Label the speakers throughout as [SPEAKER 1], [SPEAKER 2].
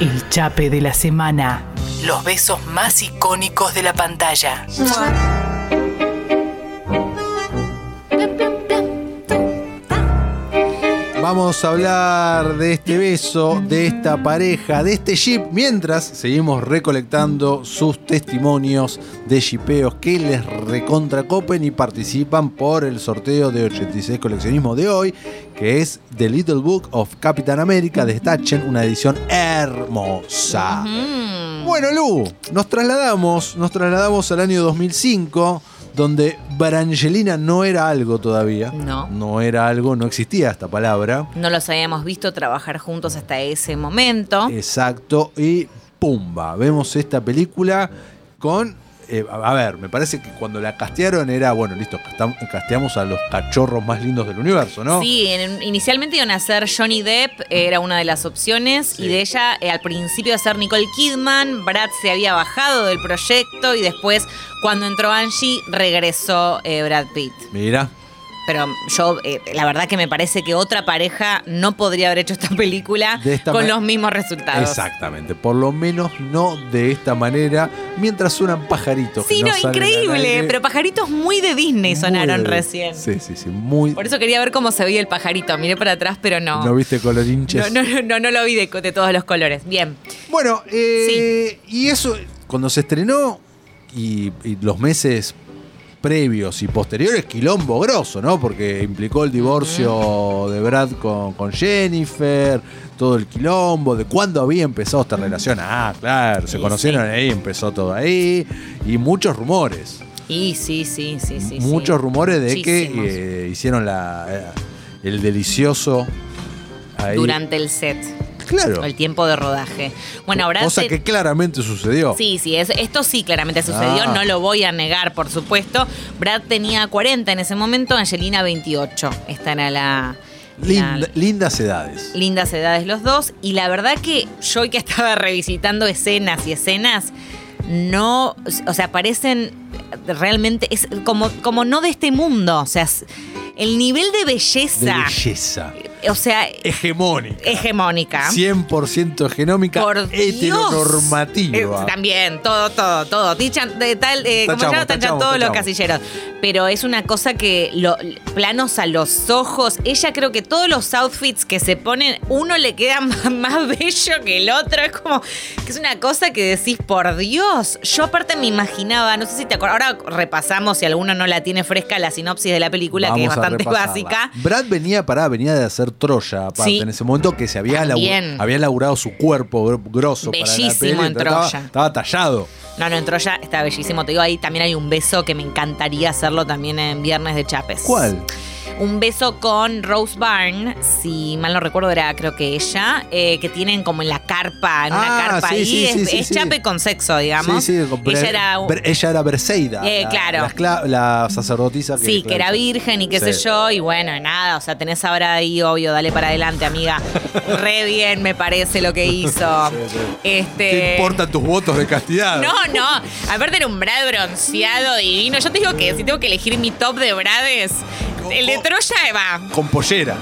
[SPEAKER 1] El chape de la semana. Los besos más icónicos de la pantalla.
[SPEAKER 2] Vamos a hablar de este beso, de esta pareja, de este jeep, mientras seguimos recolectando sus testimonios de shipeos que les recontracopen y participan por el sorteo de 86 coleccionismo de hoy, que es The Little Book of Capitán América de Stachen, una edición hermosa. Bueno, Lu, nos trasladamos, nos trasladamos al año 2005 donde Brangelina no era algo todavía.
[SPEAKER 3] No.
[SPEAKER 2] No era algo, no existía esta palabra.
[SPEAKER 3] No los habíamos visto trabajar juntos hasta ese momento.
[SPEAKER 2] Exacto. Y pumba, vemos esta película con... eh, a a ver, me parece que cuando la castearon era, bueno, listo, castam- casteamos a los cachorros más lindos del universo, ¿no?
[SPEAKER 3] Sí, en- inicialmente iban a ser Johnny Depp, era una de las opciones,
[SPEAKER 2] Sí.
[SPEAKER 3] y de ella eh, al principio iba a ser Nicole Kidman, Brad se había bajado del proyecto y después cuando entró Angie regresó eh, Brad Pitt.
[SPEAKER 2] Mira,
[SPEAKER 3] Pero yo, eh, la verdad que me parece que otra pareja no podría haber hecho esta película
[SPEAKER 2] De esta
[SPEAKER 3] con
[SPEAKER 2] ma-
[SPEAKER 3] los mismos resultados.
[SPEAKER 2] exactamente, por lo menos no de esta manera, mientras suenan pajaritos. que
[SPEAKER 3] Sí, no,
[SPEAKER 2] salen al
[SPEAKER 3] increíble,
[SPEAKER 2] aire.
[SPEAKER 3] pero pajaritos muy de Disney
[SPEAKER 2] Muy
[SPEAKER 3] sonaron
[SPEAKER 2] de-
[SPEAKER 3] recién.
[SPEAKER 2] Sí, sí, sí, muy...
[SPEAKER 3] Por eso quería ver cómo se veía el pajarito. Miré para atrás, pero no.
[SPEAKER 2] ¿No viste colorinches?
[SPEAKER 3] No, no, no, no, no lo vi de, de todos los colores. Bien.
[SPEAKER 2] Bueno, eh, y eso, cuando se estrenó y, y los meses previos y posteriores, quilombo grosso, ¿no? Porque implicó el divorcio de Brad con, con Jennifer, todo el quilombo, de cuándo había empezado esta relación. Ah, claro, se
[SPEAKER 3] Sí,
[SPEAKER 2] conocieron ahí, empezó todo ahí, y muchos rumores.
[SPEAKER 3] Y sí, sí, sí, sí. sí.
[SPEAKER 2] muchos rumores de
[SPEAKER 3] Muchísimos.
[SPEAKER 2] que eh, hicieron la, eh, el delicioso ahí.
[SPEAKER 3] Durante el set.
[SPEAKER 2] Claro.
[SPEAKER 3] o El tiempo de rodaje. Bueno, ahora
[SPEAKER 2] Cosa
[SPEAKER 3] se-
[SPEAKER 2] que claramente sucedió.
[SPEAKER 3] Sí, sí, es- esto sí claramente sucedió,
[SPEAKER 2] Ah.
[SPEAKER 3] no lo voy a negar, por supuesto. Brad tenía 40 en ese momento, Angelina 28. Esta era la...
[SPEAKER 2] Linda-
[SPEAKER 3] la-
[SPEAKER 2] lindas edades.
[SPEAKER 3] lindas edades los dos. Y la verdad que yo hoy que estaba revisitando escenas y escenas, no, o sea, parecen realmente, es como, como no de este mundo. O sea, es- el nivel de
[SPEAKER 2] De
[SPEAKER 3] belleza,
[SPEAKER 2] belleza.
[SPEAKER 3] o sea,
[SPEAKER 2] Hegemónica.
[SPEAKER 3] hegemónica.
[SPEAKER 2] 100% genómica
[SPEAKER 3] Por Dios.
[SPEAKER 2] heteronormativa.
[SPEAKER 3] Eh, también, todo, todo, todo. Tichan, de tal, eh, como
[SPEAKER 2] Tachamos,
[SPEAKER 3] ya lo tachan
[SPEAKER 2] tachamos,
[SPEAKER 3] todos los
[SPEAKER 2] tachamos.
[SPEAKER 3] casilleros. Pero es una cosa que lo, planos a los ojos. Ella creo que todos los outfits que se ponen, uno le queda más, más bello que el otro. Es como, que es una cosa que decís, por Dios. Yo aparte me imaginaba, no sé si te acuerdas, ahora repasamos si alguno no la tiene fresca la sinopsis de la película, que es
[SPEAKER 2] Vamos a
[SPEAKER 3] bastante
[SPEAKER 2] repasarla.
[SPEAKER 3] básica.
[SPEAKER 2] Brad venía para venía de hacer Troya, aparte,
[SPEAKER 3] Sí.
[SPEAKER 2] en ese momento que se había, labu-
[SPEAKER 3] También.
[SPEAKER 2] había laburado su cuerpo gr- grosso para la
[SPEAKER 3] Bellísimo
[SPEAKER 2] peli,
[SPEAKER 3] en
[SPEAKER 2] entonces estaba-
[SPEAKER 3] Troya.
[SPEAKER 2] Estaba tallado.
[SPEAKER 3] No, no, en Troya está bellísimo. Te digo, ahí también hay un beso que me encantaría hacerlo también en Viernes de Chapes.
[SPEAKER 2] ¿Cuál?
[SPEAKER 3] Un beso con Rose Byrne, si mal no recuerdo era creo que ella, eh, que tienen como en la carpa, en una
[SPEAKER 2] Ah,
[SPEAKER 3] carpa
[SPEAKER 2] sí,
[SPEAKER 3] ahí.
[SPEAKER 2] sí,
[SPEAKER 3] es
[SPEAKER 2] sí, sí,
[SPEAKER 3] es
[SPEAKER 2] sí.
[SPEAKER 3] chape con sexo, digamos.
[SPEAKER 2] Sí, sí, con Bre-
[SPEAKER 3] ella era...
[SPEAKER 2] Bre- ella era Berseida.
[SPEAKER 3] Eh,
[SPEAKER 2] la,
[SPEAKER 3] claro.
[SPEAKER 2] La, escla- la sacerdotisa que,
[SPEAKER 3] Sí, que era
[SPEAKER 2] claro,
[SPEAKER 3] virgen y qué sé
[SPEAKER 2] Sí.
[SPEAKER 3] yo, y bueno, nada, o sea, tenés ahora ahí, obvio, dale para adelante, amiga. Re bien, me parece lo que hizo. Este...
[SPEAKER 2] ¿Qué importan tus votos de castidad?
[SPEAKER 3] No, no. Aparte era un Brad bronceado divino. Yo te digo que si tengo que elegir mi top de Brades, el de Troya eh, va.
[SPEAKER 2] Con pollera.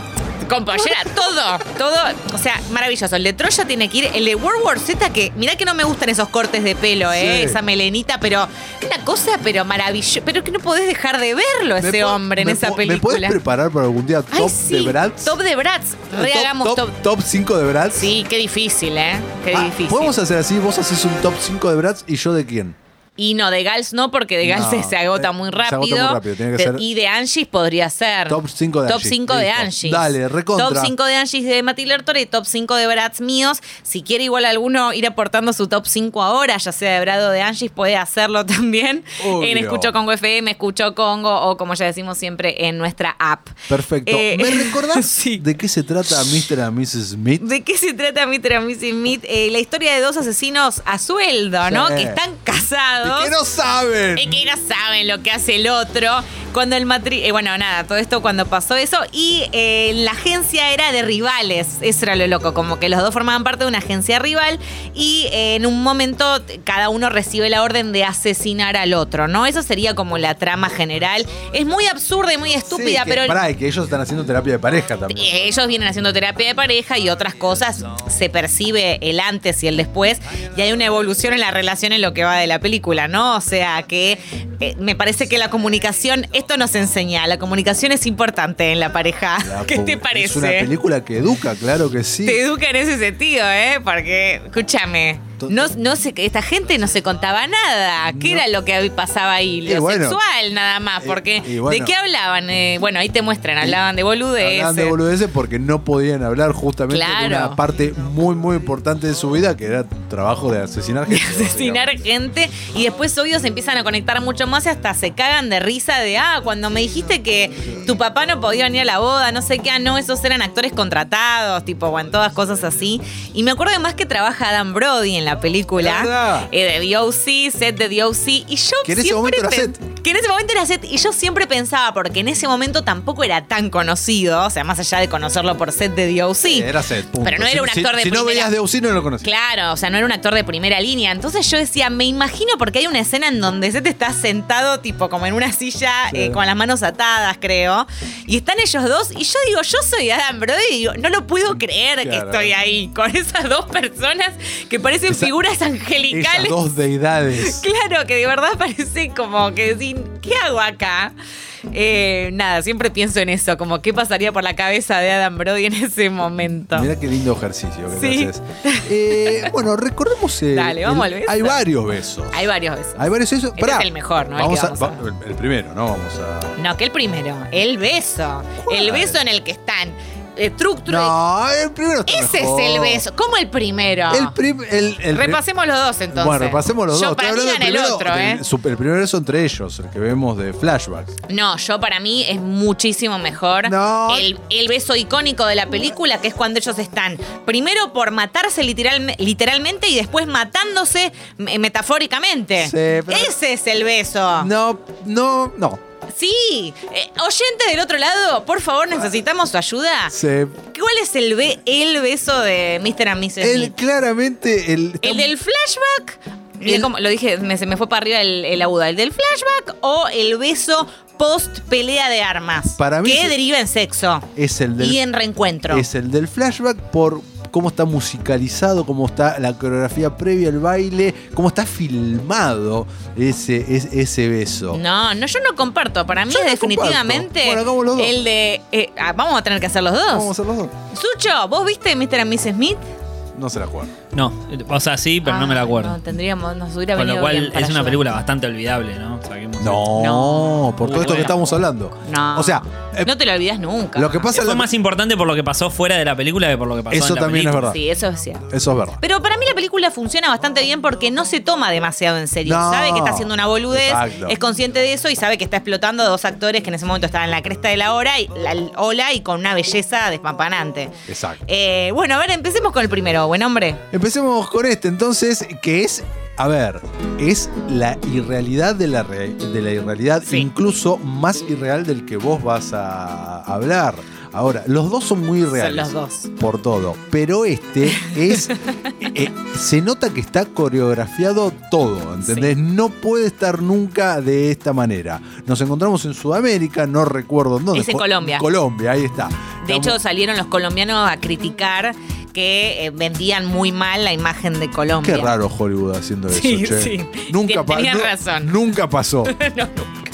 [SPEAKER 3] Con pollera, todo, todo. O sea, maravilloso. El de Troya tiene que ir. El de World War Z, que mirá que no me gustan esos cortes de pelo, ¿eh?
[SPEAKER 2] Sí.
[SPEAKER 3] Esa melenita, pero una cosa, pero maravillosa. Pero que no podés dejar de verlo,
[SPEAKER 2] Me
[SPEAKER 3] ese
[SPEAKER 2] po-
[SPEAKER 3] hombre en
[SPEAKER 2] me
[SPEAKER 3] esa
[SPEAKER 2] po- ¿Me puedes
[SPEAKER 3] película.
[SPEAKER 2] preparar para algún día top
[SPEAKER 3] Ay, sí,
[SPEAKER 2] de Bratz?
[SPEAKER 3] Top de Brats.
[SPEAKER 2] Eh,
[SPEAKER 3] Rehagamos top,
[SPEAKER 2] top, 5 de Bratz.
[SPEAKER 3] Sí, qué difícil, ¿eh? Qué
[SPEAKER 2] Ah,
[SPEAKER 3] difícil.
[SPEAKER 2] Podemos hacer así, vos haces un top 5 de Bratz y yo de quién.
[SPEAKER 3] Y no, de Gals no, porque de Gals
[SPEAKER 2] No,
[SPEAKER 3] se agota
[SPEAKER 2] eh,
[SPEAKER 3] muy
[SPEAKER 2] se agota
[SPEAKER 3] rápido.
[SPEAKER 2] muy rápido, tiene que
[SPEAKER 3] De-
[SPEAKER 2] ser-
[SPEAKER 3] Y de Angie podría ser.
[SPEAKER 2] Top 5 de
[SPEAKER 3] Top
[SPEAKER 2] Angie,
[SPEAKER 3] 5 de
[SPEAKER 2] listo.
[SPEAKER 3] Angie.
[SPEAKER 2] Dale, recontra.
[SPEAKER 3] Top 5 de Angie de Mati Lertora y top 5 de Bratz míos. Si quiere igual alguno ir aportando su top 5 ahora, ya sea de Brado de Angie, puede hacerlo también.
[SPEAKER 2] Obvio.
[SPEAKER 3] En Escucho Congo FM, Escucho Congo o como ya decimos siempre en nuestra app.
[SPEAKER 2] Perfecto.
[SPEAKER 3] Eh,
[SPEAKER 2] ¿Me recordás
[SPEAKER 3] sí.
[SPEAKER 2] de qué se trata Mr. and Mrs. Smith?
[SPEAKER 3] ¿De qué se trata Mr. and Mrs. Smith? Eh, la historia de dos asesinos a sueldo, ¿no?
[SPEAKER 2] Sí.
[SPEAKER 3] Que están
[SPEAKER 2] ¿De
[SPEAKER 3] casados.
[SPEAKER 2] qué no saben?
[SPEAKER 3] Es que no saben lo que hace el otro. cuando el matri... eh, bueno, nada, todo esto cuando pasó eso. Y eh, la agencia era de rivales. Eso era lo loco. Como que los dos formaban parte de una agencia rival. Y eh, en un momento t- cada uno recibe la orden de asesinar al otro, ¿no? Eso sería como la trama general. Es muy absurda y muy estúpida,
[SPEAKER 2] Sí, que-
[SPEAKER 3] pero. el-
[SPEAKER 2] Pará, y que ellos están haciendo terapia de pareja también.
[SPEAKER 3] eh, ellos vienen haciendo terapia de pareja y otras cosas, se percibe el antes y el después, y hay una evolución en la relación en lo que va de la película, ¿no? O sea que eh, me parece que la comunicación, esto nos enseña, la comunicación es importante en la pareja.
[SPEAKER 2] La
[SPEAKER 3] ¿Qué
[SPEAKER 2] pu-
[SPEAKER 3] te parece?
[SPEAKER 2] Ah, Es una película que educa, claro que sí.
[SPEAKER 3] Te educa en ese sentido, ¿eh? Porque, escúchame,
[SPEAKER 2] To-
[SPEAKER 3] no, no se- esta gente no se contaba nada. ¿Qué
[SPEAKER 2] No.
[SPEAKER 3] era lo que ahí pasaba ahí?
[SPEAKER 2] Y
[SPEAKER 3] Lo
[SPEAKER 2] bueno.
[SPEAKER 3] sexual, nada más.
[SPEAKER 2] Y-
[SPEAKER 3] Porque,
[SPEAKER 2] y bueno.
[SPEAKER 3] ¿de qué hablaban? Eh, bueno, ahí te muestran, hablaban de boludeces.
[SPEAKER 2] Hablaban de boludeces porque no podían hablar justamente de
[SPEAKER 3] Claro.
[SPEAKER 2] una parte muy, muy importante de su vida, que era trabajo de asesinar gente.
[SPEAKER 3] asesinar
[SPEAKER 2] básicamente.
[SPEAKER 3] gente y después obvio se empiezan a conectar mucho más y hasta se cagan de risa de ah, cuando me dijiste que tu papá no podía venir a la boda, no sé qué, ah, no, esos eran actores contratados, tipo, bueno, todas cosas así. Y me acuerdo además que trabaja Adam Brody en la
[SPEAKER 2] ¿Verdad?
[SPEAKER 3] película eh, de DOC, set de DOC, y yo
[SPEAKER 2] Que en ese
[SPEAKER 3] siempre
[SPEAKER 2] momento era
[SPEAKER 3] pen-
[SPEAKER 2] Seth.
[SPEAKER 3] Que en ese momento era Seth, y yo siempre pensaba, porque en ese momento tampoco era tan conocido, o sea, más allá de conocerlo por set de DOC.
[SPEAKER 2] Era set, punto.
[SPEAKER 3] Pero no era un
[SPEAKER 2] Si-
[SPEAKER 3] actor de
[SPEAKER 2] Si, si no
[SPEAKER 3] primera.
[SPEAKER 2] veías de Usino, no lo conocías.
[SPEAKER 3] Claro, o sea, no era un actor de primera línea. Entonces yo decía, me imagino porque hay una escena en donde Seth está sentado, tipo, como en una silla, eh,
[SPEAKER 2] Claro.
[SPEAKER 3] con las manos atadas, creo. Y están ellos dos, y yo digo, yo soy Adam Brody, y digo, no lo puedo creer que
[SPEAKER 2] Claro.
[SPEAKER 3] estoy ahí, con esas dos personas que parecen
[SPEAKER 2] Esa-
[SPEAKER 3] figuras
[SPEAKER 2] Esas
[SPEAKER 3] angelicales.
[SPEAKER 2] dos deidades.
[SPEAKER 3] Claro, que de verdad parece como que decir, ¿qué hago acá? Eh, nada, siempre pienso en eso, como qué pasaría por la cabeza de Adam Brody en ese momento.
[SPEAKER 2] Mirá qué lindo ejercicio que te
[SPEAKER 3] Sí.
[SPEAKER 2] haces. Eh, bueno, recordemos. eh,
[SPEAKER 3] Dale, vamos
[SPEAKER 2] el-
[SPEAKER 3] al beso.
[SPEAKER 2] Hay varios besos.
[SPEAKER 3] Hay varios besos.
[SPEAKER 2] Hay varios besos.
[SPEAKER 3] Este
[SPEAKER 2] Pará.
[SPEAKER 3] es el mejor, ¿no? El
[SPEAKER 2] Vamos
[SPEAKER 3] que
[SPEAKER 2] a-
[SPEAKER 3] vamos a-
[SPEAKER 2] va- el- el primero, ¿no? Vamos a.
[SPEAKER 3] No, que el primero, el beso.
[SPEAKER 2] ¿Cuál?
[SPEAKER 3] El beso en el que están. eh, truc, truc.
[SPEAKER 2] No, el primero está
[SPEAKER 3] Ese
[SPEAKER 2] mejor.
[SPEAKER 3] es el beso. ¿Cómo el primero?
[SPEAKER 2] El prim- el- el-
[SPEAKER 3] Repasemos los dos entonces.
[SPEAKER 2] Bueno, repasemos los
[SPEAKER 3] Yo
[SPEAKER 2] dos.
[SPEAKER 3] para mí
[SPEAKER 2] Estoy
[SPEAKER 3] gana
[SPEAKER 2] hablando del
[SPEAKER 3] el
[SPEAKER 2] primero,
[SPEAKER 3] otro, ¿eh?
[SPEAKER 2] del- su- el primero es entre ellos, el que vemos de flashbacks.
[SPEAKER 3] No, yo para mí es muchísimo mejor.
[SPEAKER 2] No.
[SPEAKER 3] El, el beso icónico de la película, que es cuando ellos están primero por matarse literalme- literalmente y después matándose eh, metafóricamente.
[SPEAKER 2] Sí, pero-
[SPEAKER 3] Ese es el beso.
[SPEAKER 2] No, no, no.
[SPEAKER 3] Sí. Eh, oyente del otro lado, por favor, necesitamos su ayuda.
[SPEAKER 2] Se-
[SPEAKER 3] ¿Cuál es el, be- el beso de Mr. and Mrs.
[SPEAKER 2] él
[SPEAKER 3] Smith?
[SPEAKER 2] claramente. El, está-
[SPEAKER 3] ¿El del flashback?
[SPEAKER 2] El-
[SPEAKER 3] Eh, como lo dije, me, se me fue para arriba el, el agudo. ¿El del flashback o el beso post pelea de armas?
[SPEAKER 2] Para mí
[SPEAKER 3] Que
[SPEAKER 2] es-
[SPEAKER 3] deriva en sexo
[SPEAKER 2] Es el del.
[SPEAKER 3] y en reencuentro.
[SPEAKER 2] Es el del flashback por cómo está musicalizado, cómo está la coreografía previa al baile, cómo está filmado ese, es- ese beso.
[SPEAKER 3] No, no, yo no comparto. Para mí
[SPEAKER 2] Yo
[SPEAKER 3] es
[SPEAKER 2] no
[SPEAKER 3] definitivamente
[SPEAKER 2] comparto. Bueno, hagamos los dos.
[SPEAKER 3] el de... eh, ah, vamos a tener que hacer los dos.
[SPEAKER 2] Vamos a hacer los dos.
[SPEAKER 3] Sucho, ¿vos viste Mr. and Mrs. Smith?
[SPEAKER 2] No se la juegan.
[SPEAKER 4] No, o sea, sí, pero no me la
[SPEAKER 3] Ah,
[SPEAKER 4] acuerdo.
[SPEAKER 3] No, tendríamos, nos hubiera
[SPEAKER 4] Con
[SPEAKER 3] venido
[SPEAKER 4] lo
[SPEAKER 3] bien
[SPEAKER 4] cual
[SPEAKER 3] para
[SPEAKER 4] es una
[SPEAKER 3] ayudar.
[SPEAKER 4] película bastante olvidable, ¿no? Saquemos
[SPEAKER 2] No,
[SPEAKER 3] No.
[SPEAKER 2] por todo esto que
[SPEAKER 4] Bueno.
[SPEAKER 2] estamos hablando.
[SPEAKER 3] No.
[SPEAKER 2] O sea, eh,
[SPEAKER 3] no te lo olvidas nunca.
[SPEAKER 2] lo que
[SPEAKER 4] eso.
[SPEAKER 2] pasa es
[SPEAKER 4] Fue más importante por lo que pasó fuera de la película que por lo que pasó
[SPEAKER 2] Eso
[SPEAKER 4] en la
[SPEAKER 2] también es
[SPEAKER 4] película.
[SPEAKER 2] verdad.
[SPEAKER 3] Sí, eso es cierto.
[SPEAKER 2] Eso es verdad.
[SPEAKER 3] Pero para mí la película funciona bastante bien porque no se toma demasiado en serio.
[SPEAKER 2] No.
[SPEAKER 3] Sabe que está haciendo una boludez,
[SPEAKER 2] Exacto.
[SPEAKER 3] es consciente de eso y sabe que está explotando a dos actores que en ese momento estaban en la cresta de la hora y la ola y con una belleza despampanante.
[SPEAKER 2] Exacto.
[SPEAKER 3] Eh, bueno, a ver, empecemos con el primero, buen hombre.
[SPEAKER 2] Empecemos con este entonces, que es, a ver, es la irrealidad de la, re- de la irrealidad,
[SPEAKER 3] Sí.
[SPEAKER 2] incluso más irreal del que vos vas a hablar. Ahora, los dos son muy reales.
[SPEAKER 3] Son los dos.
[SPEAKER 2] Por todo. Pero este es. eh, se nota que está coreografiado todo, ¿entendés? No puede estar nunca de esta manera. Nos encontramos en Sudamérica, no recuerdo en dónde.
[SPEAKER 3] Es en
[SPEAKER 2] Co-
[SPEAKER 3] Colombia.
[SPEAKER 2] Colombia, ahí está.
[SPEAKER 3] De
[SPEAKER 2] Estamos-
[SPEAKER 3] hecho, salieron los colombianos a criticar que eh, vendían muy mal la imagen de Colombia.
[SPEAKER 2] Qué raro Hollywood haciendo eso,
[SPEAKER 3] Sí,
[SPEAKER 2] che.
[SPEAKER 3] sí.
[SPEAKER 2] Nunca
[SPEAKER 3] Ten-
[SPEAKER 2] pa-
[SPEAKER 3] tenían
[SPEAKER 2] nu-
[SPEAKER 3] razón.
[SPEAKER 2] Nunca pasó.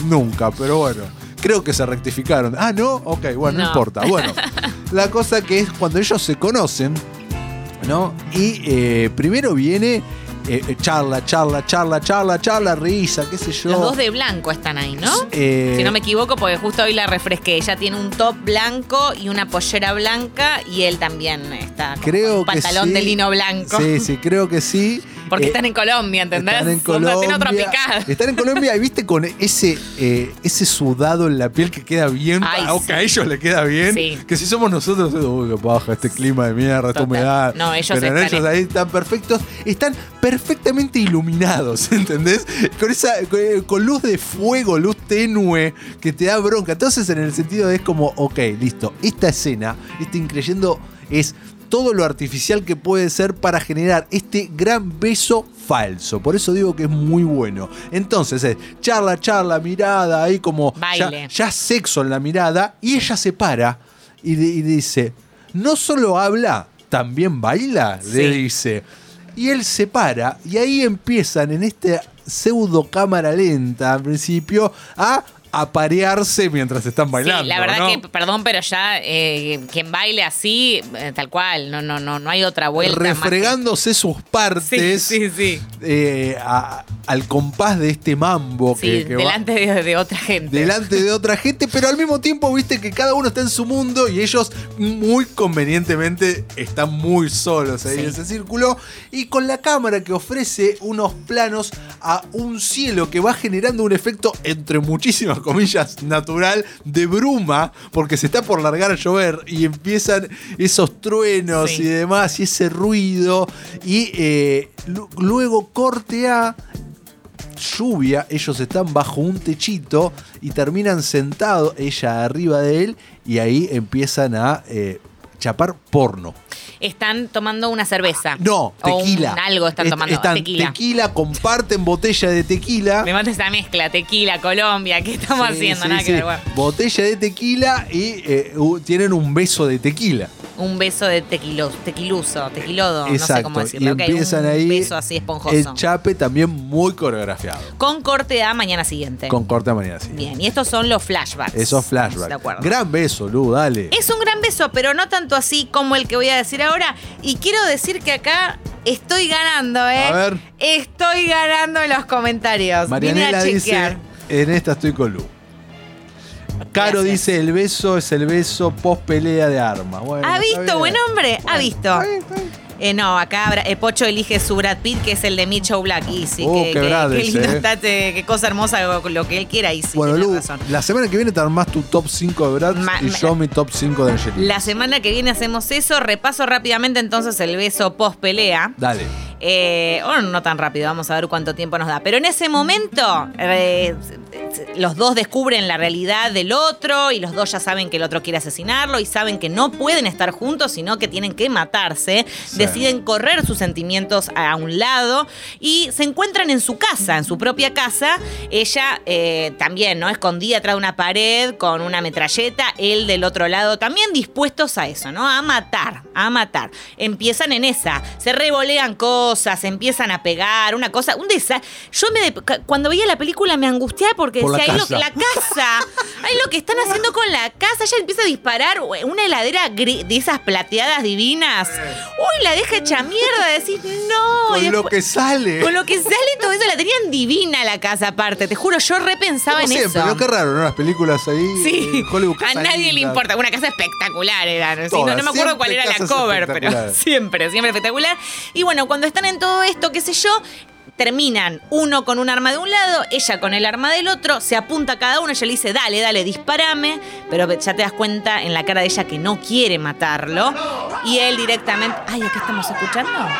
[SPEAKER 2] Nunca, pero bueno. Creo que se rectificaron. Ah, no, ok, bueno, no,
[SPEAKER 3] No.
[SPEAKER 2] importa. Bueno, la cosa que es cuando ellos se conocen, ¿no? Y eh, primero viene eh, eh, charla, charla, charla, charla, charla, risa, qué sé yo.
[SPEAKER 3] Los dos de blanco están ahí, ¿no?
[SPEAKER 2] Eh,
[SPEAKER 3] Si no me equivoco, porque justo hoy la refresqué. Ella tiene un top blanco y una pollera blanca y él también está. como
[SPEAKER 2] Creo
[SPEAKER 3] con un
[SPEAKER 2] que
[SPEAKER 3] pantalón
[SPEAKER 2] sí.
[SPEAKER 3] de lino blanco.
[SPEAKER 2] Sí, sí, creo que sí.
[SPEAKER 3] Porque
[SPEAKER 2] Eh,
[SPEAKER 3] están en Colombia, ¿entendés?
[SPEAKER 2] Están en
[SPEAKER 3] Son
[SPEAKER 2] Colombia.
[SPEAKER 3] latino tropical.
[SPEAKER 2] Están en Colombia y viste con ese, eh, ese sudado en la piel que queda bien.
[SPEAKER 3] Ay,
[SPEAKER 2] a,
[SPEAKER 3] sí.
[SPEAKER 2] a ellos le queda bien.
[SPEAKER 3] Sí.
[SPEAKER 2] Que si somos nosotros, uy, qué paja, este clima de mierda, esta
[SPEAKER 3] Total.
[SPEAKER 2] humedad.
[SPEAKER 3] No, ellos
[SPEAKER 2] Pero
[SPEAKER 3] están
[SPEAKER 2] ellos
[SPEAKER 3] en-
[SPEAKER 2] ahí están perfectos. Están perfectamente iluminados, ¿entendés? Con, esa, con, con luz de fuego, luz tenue, que te da bronca. Entonces, en el sentido de es como, ok, listo. Esta escena, este increyendo es todo lo artificial que puede ser para generar este gran beso falso. Por eso digo que es muy bueno. Entonces es charla, charla, mirada, ahí como ya-
[SPEAKER 3] Baile.
[SPEAKER 2] ya sexo en la mirada y ella se para y, di- y dice, no solo habla, también baila, le
[SPEAKER 3] Sí.
[SPEAKER 2] dice. Y él se para y ahí empiezan en esta pseudo cámara lenta al principio a aparearse mientras están bailando.
[SPEAKER 3] sí, la verdad
[SPEAKER 2] ¿no?
[SPEAKER 3] que, perdón, pero ya eh, quien baile así, eh, tal cual, no, no, no, no hay otra vuelta. más que-
[SPEAKER 2] refregándose sus
[SPEAKER 3] Sí,
[SPEAKER 2] partes
[SPEAKER 3] sí, sí.
[SPEAKER 2] eh, a- al compás de este mambo
[SPEAKER 3] Sí,
[SPEAKER 2] que, que va-
[SPEAKER 3] delante de, de otra gente.
[SPEAKER 2] delante de otra gente, pero al mismo tiempo viste que cada uno está en su mundo y ellos muy convenientemente están muy solos ahí
[SPEAKER 3] Sí.
[SPEAKER 2] en ese círculo y con la cámara que ofrece unos planos a un cielo que va generando un efecto entre muchísimas comillas natural de bruma porque se está por largar a llover y empiezan esos truenos
[SPEAKER 3] Sí.
[SPEAKER 2] y demás y ese ruido y eh, lu- luego corte a lluvia, ellos están bajo un techito y terminan sentados, ella arriba de él, y ahí empiezan a eh, chapar porno.
[SPEAKER 3] Están tomando una cerveza.
[SPEAKER 2] Ah, No,
[SPEAKER 3] O un-
[SPEAKER 2] tequila.
[SPEAKER 3] algo están
[SPEAKER 2] Est-
[SPEAKER 3] tomando.
[SPEAKER 2] están
[SPEAKER 3] tequila.
[SPEAKER 2] comparten botella de tequila.
[SPEAKER 3] Me mata esa mezcla, tequila, Colombia, ¿qué estamos
[SPEAKER 2] Sí,
[SPEAKER 3] haciendo?
[SPEAKER 2] sí,
[SPEAKER 3] Nada
[SPEAKER 2] sí.
[SPEAKER 3] que ver. bueno.
[SPEAKER 2] Botella de tequila y eh, u- tienen un beso de tequila.
[SPEAKER 3] Un beso de tequilo, tequiluso, tequilodo, no sé
[SPEAKER 2] Exacto.
[SPEAKER 3] cómo
[SPEAKER 2] y
[SPEAKER 3] decirlo. Ok,
[SPEAKER 2] empiezan
[SPEAKER 3] un
[SPEAKER 2] ahí.
[SPEAKER 3] beso así esponjoso.
[SPEAKER 2] El chape también muy coreografiado.
[SPEAKER 3] Con corte a mañana siguiente.
[SPEAKER 2] Con corta manera así.
[SPEAKER 3] Bien, y estos son los flashbacks.
[SPEAKER 2] Esos flashbacks.
[SPEAKER 3] De acuerdo.
[SPEAKER 2] Gran beso, Lu, dale.
[SPEAKER 3] Es un gran beso, pero no tanto así como el que voy a decir ahora. Y quiero decir que acá estoy ganando, ¿eh?
[SPEAKER 2] A ver.
[SPEAKER 3] Estoy ganando en los comentarios. Vine a
[SPEAKER 2] Marianela
[SPEAKER 3] chequear.
[SPEAKER 2] dice, en esta estoy con Lu. Caro
[SPEAKER 3] Gracias.
[SPEAKER 2] dice, el beso es el beso post pelea de armas. Bueno,
[SPEAKER 3] ¿Ha
[SPEAKER 2] está
[SPEAKER 3] visto,
[SPEAKER 2] bien.
[SPEAKER 3] buen hombre? ¿Ha visto?
[SPEAKER 2] Está bien, está bien.
[SPEAKER 3] Eh, no, acá Bra- eh, Pocho elige su Brad Pitt, que es el de Mitchell Black. Y sí,
[SPEAKER 2] Oh,
[SPEAKER 3] que-
[SPEAKER 2] qué
[SPEAKER 3] que-
[SPEAKER 2] Brad
[SPEAKER 3] qué
[SPEAKER 2] ese,
[SPEAKER 3] lindo
[SPEAKER 2] eh.
[SPEAKER 3] está, te- qué cosa hermosa, lo, lo que él quiera. Y sí,
[SPEAKER 2] Bueno,
[SPEAKER 3] tenés
[SPEAKER 2] Lu,
[SPEAKER 3] razón.
[SPEAKER 2] la semana que viene te armás tu top 5 de Brad
[SPEAKER 3] Ma-
[SPEAKER 2] y
[SPEAKER 3] ma-
[SPEAKER 2] yo mi top 5 de Angelina.
[SPEAKER 3] La semana que viene hacemos eso. Repaso rápidamente entonces el beso post pelea.
[SPEAKER 2] Dale.
[SPEAKER 3] Eh, bueno, no tan rápido, vamos a ver cuánto tiempo nos da. Pero en ese momento, eh, los dos descubren la realidad del otro y los dos ya saben que el otro quiere asesinarlo y saben que no pueden estar juntos, sino que tienen que matarse.
[SPEAKER 2] Sí.
[SPEAKER 3] Deciden correr sus sentimientos a un lado y se encuentran en su casa, en su propia casa. Ella eh, también, ¿no? Escondida atrás de una pared con una metralleta, él del otro lado, también dispuestos a eso, ¿no? A matar, a matar. Empiezan en esa, se revolean cosas, empiezan a pegar, una cosa, un desastre. Yo me, de- cu- cuando veía la película me angustiaba porque
[SPEAKER 2] Por la
[SPEAKER 3] decía, "Ay, lo-
[SPEAKER 2] casa".
[SPEAKER 3] la casa, ay, lo que están haciendo con la casa, ella empieza a disparar una heladera gri- de esas plateadas divinas. Uy, la deja hecha mierda, decís, no. y
[SPEAKER 2] Eh. Con lo
[SPEAKER 3] después-
[SPEAKER 2] que sale.
[SPEAKER 3] con lo que sale todo eso, la tenían divina la casa aparte. Te juro, yo repensaba
[SPEAKER 2] Como
[SPEAKER 3] en
[SPEAKER 2] siempre,
[SPEAKER 3] eso.
[SPEAKER 2] pero qué raro, ¿no? Las películas ahí.
[SPEAKER 3] Sí,
[SPEAKER 2] en Eh, Hollywood,
[SPEAKER 3] a
[SPEAKER 2] casas
[SPEAKER 3] nadie le
[SPEAKER 2] lindas.
[SPEAKER 3] importa. Una casa espectacular era. ¿no? Sí,
[SPEAKER 2] Todas,
[SPEAKER 3] no, no me acuerdo
[SPEAKER 2] siempre
[SPEAKER 3] cuál era la
[SPEAKER 2] casas
[SPEAKER 3] cover, pero
[SPEAKER 2] espectaculares.
[SPEAKER 3] siempre, siempre espectacular. Y bueno, cuando están en todo esto, qué sé yo, terminan uno con un arma de un lado, ella con el arma del otro, se apunta a cada uno, ella le dice, dale, dale, disparame, pero ya te das cuenta en la cara de ella que no quiere matarlo. Y él directamente, ay, ¿qué estamos escuchando?
[SPEAKER 2] No,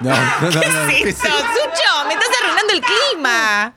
[SPEAKER 2] no, no, no,
[SPEAKER 3] ¿Qué es eso, Sucho? Me estás arruinando el clima.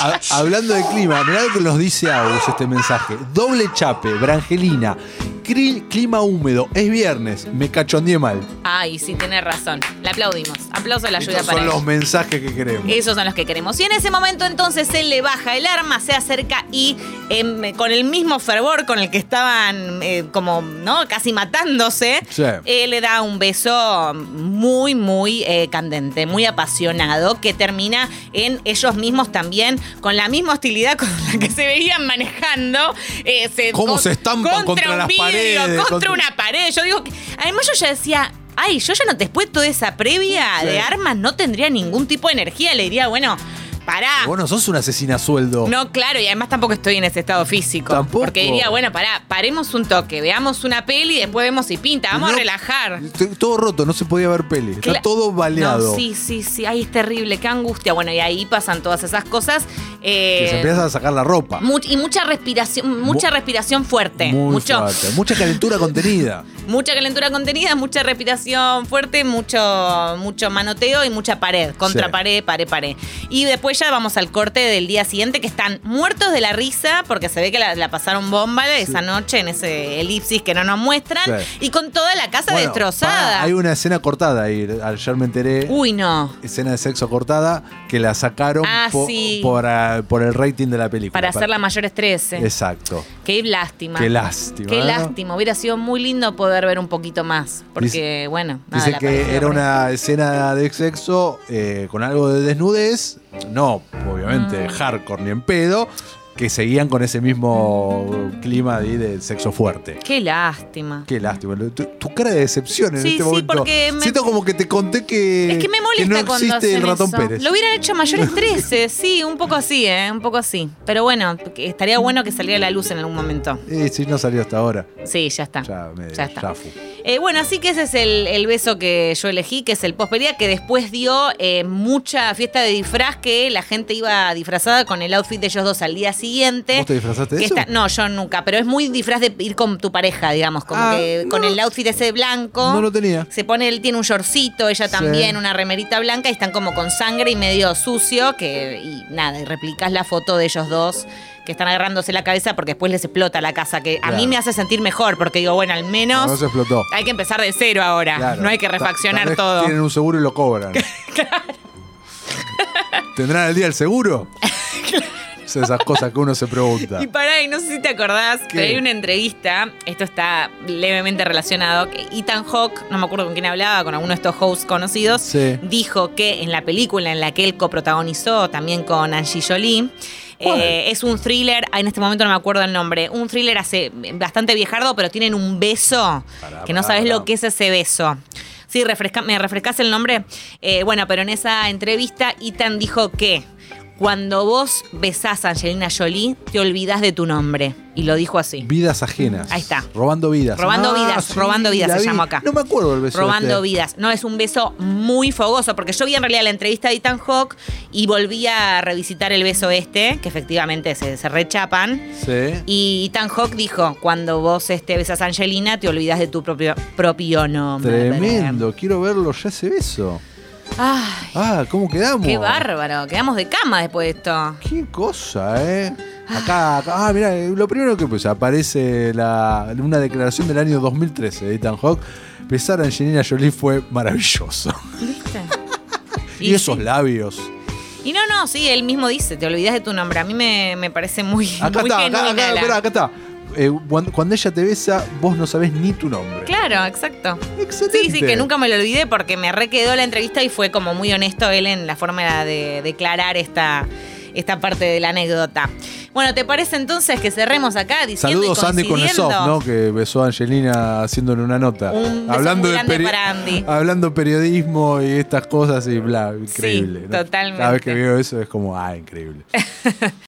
[SPEAKER 2] Ha- Hablando de clima, mirá lo que nos dice Agus este mensaje. Doble chape, Brangelina. Cri- clima húmedo. Es viernes. Me cachondeé mal.
[SPEAKER 3] Ay, sí, tenés razón. La aplaudimos. Aplauso a la ayuda
[SPEAKER 2] Estos
[SPEAKER 3] para Eh,
[SPEAKER 2] son
[SPEAKER 3] ella.
[SPEAKER 2] los mensajes que queremos.
[SPEAKER 3] Esos son los que queremos. Y en ese momento entonces él le baja el arma, se acerca y em, con el mismo fervor con el que estaban eh, como, ¿no? Casi matándose,
[SPEAKER 2] Sí.
[SPEAKER 3] eh, le da un beso muy, muy eh, candente, muy apasionado, que termina en ellos mismos también, con la misma hostilidad con la que se veían manejando. eh,
[SPEAKER 2] ¿Cómo se estampan contra
[SPEAKER 3] un
[SPEAKER 2] las
[SPEAKER 3] vidrio,
[SPEAKER 2] paredes?
[SPEAKER 3] Contra,
[SPEAKER 2] Contra-
[SPEAKER 3] una pared. Yo digo que, además yo ya decía... Ay, yo ya no después de toda esa previa
[SPEAKER 2] Sí.
[SPEAKER 3] de armas no tendría ningún tipo de energía. Le diría, bueno, pará.
[SPEAKER 2] Vos no sos una asesina a sueldo.
[SPEAKER 3] ah. No, claro, y además tampoco estoy en ese estado físico.
[SPEAKER 2] Tampoco.
[SPEAKER 3] Porque diría, bueno, pará, paremos un toque, veamos una peli, después vemos si pinta, vamos
[SPEAKER 2] No,
[SPEAKER 3] a relajar.
[SPEAKER 2] t- Todo roto, no se podía ver peli. Está
[SPEAKER 3] Cla-
[SPEAKER 2] todo baleado.
[SPEAKER 3] No, sí, sí, sí, ahí es terrible, qué angustia. Bueno, y ahí pasan todas esas cosas. eh,
[SPEAKER 2] Que se empieza a sacar la ropa.
[SPEAKER 3] much- y mucha respiración, mucha
[SPEAKER 2] Mu-
[SPEAKER 3] respiración fuerte.
[SPEAKER 2] Muy
[SPEAKER 3] mucho,
[SPEAKER 2] fuerte. Mucha calentura contenida.
[SPEAKER 3] Mucha calentura contenida, mucha respiración fuerte, mucho, mucho manoteo y mucha pared, contra
[SPEAKER 2] Sí.
[SPEAKER 3] pared, pared, pared. Y después ya vamos al corte del día siguiente, que están muertos de la risa, porque se ve que la, la pasaron bomba esa noche en ese elipsis que no nos muestran,
[SPEAKER 2] Sí.
[SPEAKER 3] y con toda la casa
[SPEAKER 2] Bueno,
[SPEAKER 3] destrozada.
[SPEAKER 2] pará, hay una escena cortada ahí. Ayer me enteré.
[SPEAKER 3] Uy, no.
[SPEAKER 2] Escena de sexo cortada que la sacaron
[SPEAKER 3] Ah,
[SPEAKER 2] po-
[SPEAKER 3] sí.
[SPEAKER 2] por, ah, por el rating de la película.
[SPEAKER 3] Para hacer la mayor estrés. eh.
[SPEAKER 2] Exacto.
[SPEAKER 3] Qué lástima.
[SPEAKER 2] Qué lástima,
[SPEAKER 3] Qué
[SPEAKER 2] ¿no?
[SPEAKER 3] lástima. Hubiera sido muy lindo poder ver un poquito más. Porque,
[SPEAKER 2] Dice-
[SPEAKER 3] bueno, nada,
[SPEAKER 2] Dice
[SPEAKER 3] la
[SPEAKER 2] que
[SPEAKER 3] pareja
[SPEAKER 2] era
[SPEAKER 3] por ahí.
[SPEAKER 2] una escena de sexo eh, con algo de desnudez. No, obviamente,
[SPEAKER 3] Mm.
[SPEAKER 2] hardcore ni en pedo. Que seguían con ese mismo clima ahí de sexo fuerte.
[SPEAKER 3] Qué lástima.
[SPEAKER 2] Qué lástima. Tu, tu cara de decepción en
[SPEAKER 3] Sí,
[SPEAKER 2] este
[SPEAKER 3] sí,
[SPEAKER 2] momento.
[SPEAKER 3] porque me-
[SPEAKER 2] Siento como que te conté que,
[SPEAKER 3] Es que me molesta
[SPEAKER 2] que no
[SPEAKER 3] cuando
[SPEAKER 2] existe
[SPEAKER 3] hacen
[SPEAKER 2] el ratón
[SPEAKER 3] eso.
[SPEAKER 2] Pérez.
[SPEAKER 3] Lo hubieran hecho mayores 13, sí, un poco así, ¿eh? Un poco así. Pero bueno, porque estaría bueno que saliera a la luz en algún momento.
[SPEAKER 2] Eh, sí, no salió hasta ahora.
[SPEAKER 3] Sí, ya está.
[SPEAKER 2] Ya, me,
[SPEAKER 3] Ah, Ya está.
[SPEAKER 2] ya fu.
[SPEAKER 3] Eh, bueno, así que ese es el, el beso que yo elegí, que es el pospería, que después dio eh, mucha fiesta de disfraz, que la gente iba disfrazada con el outfit de ellos dos al día siguiente.
[SPEAKER 2] ¿Vos te disfrazaste de
[SPEAKER 3] Que
[SPEAKER 2] eso?
[SPEAKER 3] está- no, yo nunca, pero es muy disfraz de ir con tu pareja, digamos, como
[SPEAKER 2] Ah,
[SPEAKER 3] que
[SPEAKER 2] no.
[SPEAKER 3] con el outfit ese blanco.
[SPEAKER 2] No lo tenía.
[SPEAKER 3] Se pone, él tiene un shortcito, ella
[SPEAKER 2] Sí.
[SPEAKER 3] también, una remerita blanca, y están como con sangre y medio sucio, que y nada, y replicas la foto de ellos dos que están agarrándose la cabeza porque después les explota la casa, que a mí
[SPEAKER 2] Claro.
[SPEAKER 3] me hace sentir mejor, porque digo, bueno, al menos
[SPEAKER 2] No, no se explotó.
[SPEAKER 3] hay que empezar de cero ahora,
[SPEAKER 2] Claro.
[SPEAKER 3] no hay que
[SPEAKER 2] Ta- tal
[SPEAKER 3] refaccionar
[SPEAKER 2] vez
[SPEAKER 3] todo.
[SPEAKER 2] Tienen un seguro y lo cobran. ¿Tendrán el día el seguro? Son esas cosas que uno se pregunta.
[SPEAKER 3] Y pará, y no sé si te acordás, pero hay una entrevista, esto está levemente relacionado, que Ethan Hawke, no me acuerdo con quién hablaba, con alguno de estos hosts conocidos,
[SPEAKER 2] Sí.
[SPEAKER 3] dijo que en la película en la que él coprotagonizó también con Angie Jolie,
[SPEAKER 2] ¿Cuál?
[SPEAKER 3] eh, es un thriller, ah, en este momento no me acuerdo el nombre, un thriller hace bastante viejardo, pero tienen un beso
[SPEAKER 2] Pará,
[SPEAKER 3] que no
[SPEAKER 2] pará,
[SPEAKER 3] sabes
[SPEAKER 2] pará.
[SPEAKER 3] lo que es ese beso. Sí, refresca, me refrescas el nombre. Eh, bueno, pero en esa entrevista Ethan dijo que cuando vos besás a Angelina Jolie, te olvidás de tu nombre. Y lo dijo así.
[SPEAKER 2] Vidas ajenas.
[SPEAKER 3] Ahí está.
[SPEAKER 2] Robando vidas. Ah,
[SPEAKER 3] Robando vidas, robando vidas
[SPEAKER 2] la
[SPEAKER 3] se
[SPEAKER 2] vi.
[SPEAKER 3] llama acá.
[SPEAKER 2] No me acuerdo el beso.
[SPEAKER 3] Robando
[SPEAKER 2] este.
[SPEAKER 3] vidas. No, es un beso muy fogoso, porque yo vi en realidad la entrevista de Ethan Hawke y volví a revisitar el beso este, que efectivamente se, se rechapan.
[SPEAKER 2] Sí.
[SPEAKER 3] Y Ethan Hawke dijo, cuando vos este, besas a Angelina, te olvidás de tu propio, propio nombre.
[SPEAKER 2] Tremendo. Quiero verlo ya ese beso.
[SPEAKER 3] Ay,
[SPEAKER 2] Ah, ¿cómo quedamos?
[SPEAKER 3] Qué bárbaro, quedamos de cama después de esto.
[SPEAKER 2] Qué cosa, ¿eh? Acá, acá- ah, mira, lo primero que pues aparece la, una declaración del año 2013 de Ethan Hawke. Besar a Angelina Jolie fue maravilloso.
[SPEAKER 3] ¿Viste?
[SPEAKER 2] Y, esos
[SPEAKER 3] sí.
[SPEAKER 2] labios.
[SPEAKER 3] Y no, no, sí, él mismo dice, te olvidas de tu nombre. A mí me, me parece muy,
[SPEAKER 2] Acá
[SPEAKER 3] muy
[SPEAKER 2] está, acá,
[SPEAKER 3] genuina
[SPEAKER 2] acá,
[SPEAKER 3] la-
[SPEAKER 2] esperá, acá está. Eh, cuando, cuando ella te besa, vos no sabés ni tu nombre.
[SPEAKER 3] Claro, exacto.
[SPEAKER 2] Excelente.
[SPEAKER 3] Sí, sí, que nunca me lo olvidé porque me requedó la entrevista y fue como muy honesto él en la forma de declarar esta, esta parte de la anécdota. Bueno, ¿te parece entonces que cerremos acá diciendo
[SPEAKER 2] Saludos
[SPEAKER 3] y
[SPEAKER 2] Andy con el
[SPEAKER 3] coincidiendo?
[SPEAKER 2] soft, ¿no? Que besó a Angelina haciéndole una nota.
[SPEAKER 3] Un beso muy grande para Andy.
[SPEAKER 2] Hablando periodismo y estas cosas y bla, increíble. ¿no?
[SPEAKER 3] totalmente.
[SPEAKER 2] Cada vez que veo eso es como, ah, increíble.